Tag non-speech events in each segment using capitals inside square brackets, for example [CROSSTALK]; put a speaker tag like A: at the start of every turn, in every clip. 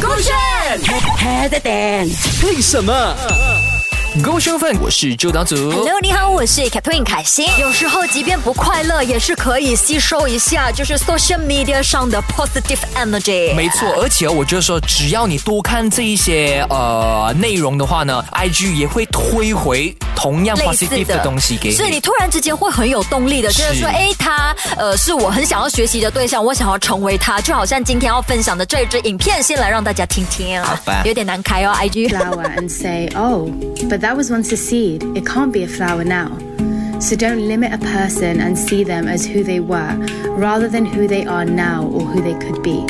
A: 勾选 Head Dan。
B: 为什么？勾兄饭，我是周岛祖。
C: Hello，你好，我是 Catherine 凯欣。有时候即便不快乐，也是可以吸收一下，就是 social media 上的 positive energy。
B: 没错，而且我觉得说，只要你多看这一些呃内容的话呢，IG 也会推回同样
C: 类似
B: positive 的东西给
C: 所以
B: 你。
C: 你突然之间会很有动力的，觉得
B: 是
C: 说，哎，他呃是我很想要学习的对象，我想要成为他，就好像今天要分享的这一支影片，先来让大家听听，啊
B: 好吧嗯
C: 有点难开哦，IG。
D: flower and say, oh, but that was once a seed, it can't be a flower now. So don't limit a person and see them as who they were, rather than who they are now or who they could be.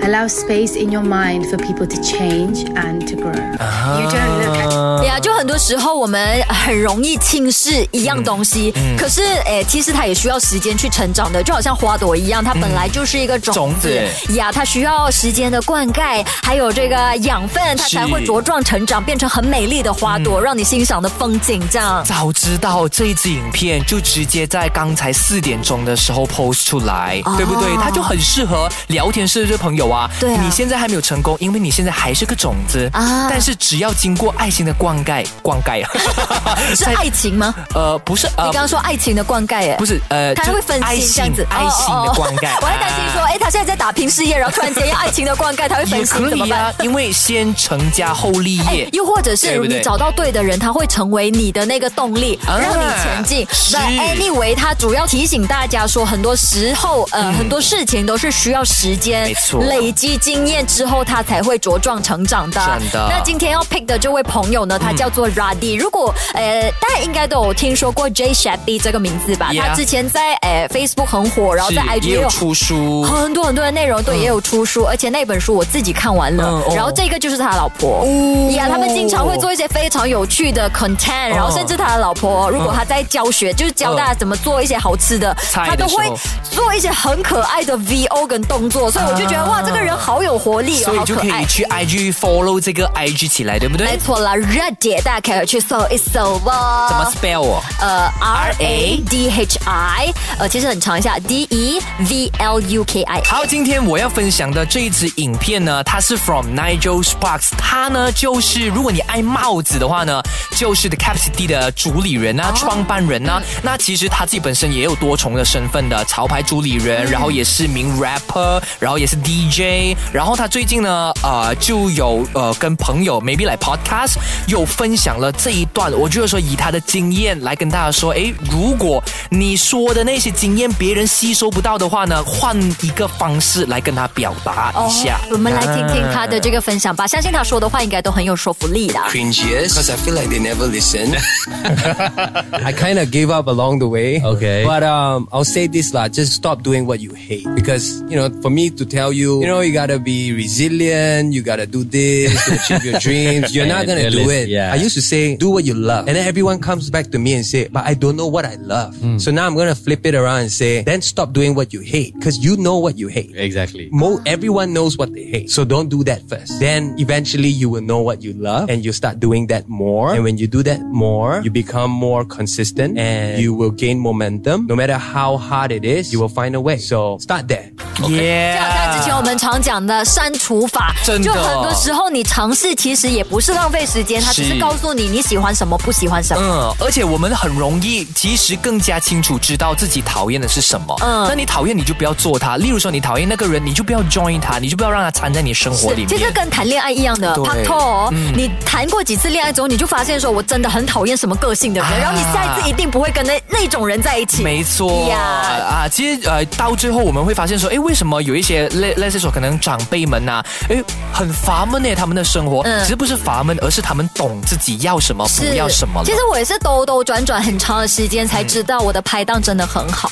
D: Allow space in your mind for people to change and to grow. You don't look at
B: 嗯
C: 对呀，就很多时候我们很容易轻视一样东西，
B: 嗯
C: 可是诶，其实它也需要时间去成长的，就好像花朵一样，它本来就是一个种子
B: 种
C: 呀，它需要时间的灌溉，还有这个养分，它
B: 是
C: 才会茁壮成长，变成很美丽的花
B: 嗯
C: 朵，让你欣赏的风景。这样，
B: 早知道这一支影片就直接在刚才四点钟的时候 post 出来，
C: 哦
B: 对不对？它就很适合聊天室的朋友啊。
C: 对啊
B: 你现在还没有成功，因为你现在还是个种子
C: 啊
B: 但是只要经过爱心的灌溉，灌溉啊，
C: [LAUGHS] 是爱情吗？
B: [LAUGHS] 呃，不是
C: 你
B: 呃
C: 刚，刚说爱情的灌溉，哎，
B: 不是呃，
C: 他还
B: 就
C: 会分
B: 爱
C: 心
B: 心
C: 这样子，
B: 爱
C: 哦
B: 心
C: 哦
B: 的
C: 哦
B: 灌溉。
C: 我还担心
B: [LAUGHS]
C: 说，
B: 啊
C: 哎，他现在在打拼事业，然后突然间要爱情的灌溉，他会分
B: 也
C: 心
B: 可
C: 怎么
B: 以
C: 办
B: 啊？，因为先成家后立业
C: 哎，。又或者是
B: 对不对
C: 你找到对的人，他会成为你的那个动力，
B: 啊
C: 让你前进。
B: 是
C: But anyway，他主要提醒大家说，很多时候，呃，很多事情都是需要时间，
B: 嗯没错
C: 累积经验之后，他才会茁壮成长的。
B: 真的嗯
C: 那今天要 pick 的这位朋友呢，他叫做 Radi。如果呃，大家应该都有听说过 J Shabby 这个名字吧？
B: Yeah
C: 他之前在呃 Facebook 很火，然后
B: 是
C: 在 IG
B: 也有出书，
C: 很多很多的内容，对，也有出书，而且那本书我自己看完了。
B: 嗯哦
C: 然后这个就是他老婆，呀、他们经常会做一些非常有趣的 content，、然后甚至他的老婆，如果他在教学，就是教大家怎么做一些好吃的，
B: 菜
C: 他
B: 的
C: 都
B: 时候
C: 会做一些很可爱的 VO 跟动作，所以我就觉得、
B: 啊
C: 哇，这个人好有活力哦，
B: 所以
C: 好
B: 就
C: 可
B: 可以
C: 爱。
B: 去 IG follow 这个 IG 起来，对不对？
C: 没错啦，热姐，大家可以去搜一搜哦。
B: 怎么 spell 哦？
C: 呃，R A D H I，呃，其实很长一下，D E V L U K I。
B: 好，今天我要分享的这一支影片呢，它是 from Nigel Sparks，他呢就是如果你爱帽子的话呢，就是 The Cap City 的主理人啊、创办人啊。那其实他自己本身也有多重的身份的，潮牌主理人，然后也是名 rapper，然后也是 DJ，然后他最近呢，呃，就有呃跟朋友 maybe 来 podcast 有分享了这一段，我觉得说以他的经验来跟大家说，诶，如果你说的那些经验别人吸收不到的话呢，换一个方式来跟他表达一下。啊
C: 哦我们来听听他的这个分享吧，相信他说的话应该都很有说服力的。
E: cringiest because I feel like they never listen.
F: [LAUGHS] I kind of gave up along the way.
E: Okay.
F: But um, I'll say this lah, just stop doing what you hate because you know, for me to tell you, you know, you gotta be resilient, you gotta do this to achieve your dreams. You're
E: [LAUGHS]
F: not
E: And
F: gonna
E: your
F: do it.
E: list, yeah.
F: I used to say, do what you love, and then everyone comes back to me and say, but I don't know what I love.
E: Hmm.
F: So now I'm gonna flip it around and say, then stop doing what you hate because you know what you hate.
E: exactly.
F: Mo- everyone knows what they hate. So don't do that first. Then eventually you will know what you love and you start doing that more. And when you do that more, you become more consistent and you will gain momentum. No matter how hard it is, you will find a way. So start there.
C: 哦
B: 耶
C: 就好像之前我们常讲的删除法，
B: 啊真的哦
C: 就很多时候你尝试其实也不是浪费时间，它只是
B: 是
C: 告诉你你喜欢什么，不喜欢什么。
B: 嗯，而且我们很容易，其实更加清楚知道自己讨厌的是什么。嗯，那你讨厌你就不要做他，例如说你讨厌那个人，你就不要 join 他，你就不要让他掺在你生活里面。
C: 其实跟谈恋爱一样的，
B: 对
C: 拍拖哦，你谈过几次恋爱之后，你就发现说我真的很讨厌什么个性的人，
B: 啊
C: 然后你下一次一定不会跟那那种人在一起。
B: 没错
C: 呀
B: 啊，其实呃，到最后我们会发现说，诶，为什么有一些类类似说可能长辈们呐、啊诶，很乏闷呢？他们的生活、
C: 嗯
B: 其实不是乏闷，而是他们懂自己要什么，
C: 是
B: 不要什么了
C: 其实我也是兜兜转转很长的时间才知道我的拍档真的很好。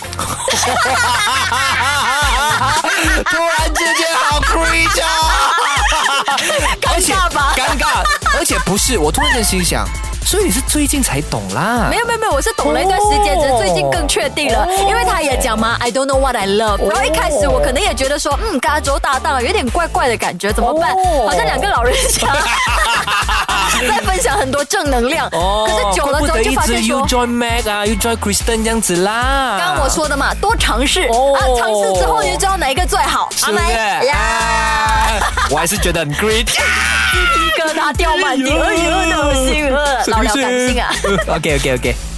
C: 啊
B: [LAUGHS] 突然之间好 cringe 啊！
C: [LAUGHS] 尴尬
B: 而
C: 吧
B: 且尴尬，而且不是，我突然间心想，所以你是最近才懂啦。
C: 没有没有没有，我是懂了一段时间，
B: 哦
C: 只是最近更确定了，因为他也讲嘛，I don't know what I love。然后
B: 哦
C: 一开始我可能也觉得说，嗯，跟阿周搭档有点怪怪的感觉，怎么办？
B: 哦 [LAUGHS]
C: 好像两个老人家。在分享很多正能量。
B: 哦，
C: 可是久了之后就发
B: 怪不得
C: 现
B: 一直
C: 说
B: You。join Mac 啊，You join Kristen 这样子啦。
C: 刚刚我说的嘛，多尝试、
B: 哦
C: 啊，尝试之后你就知道哪一个最好，
B: 是不是？
C: 哪一呀，
B: 啊我还是觉得很 great。
C: 鸡皮疙瘩掉满地，哎
B: 哎
C: 呦，
B: 呦
C: 那恶心了，老了
B: 是不是 [LAUGHS]
C: 感性啊。
B: OK OK OK。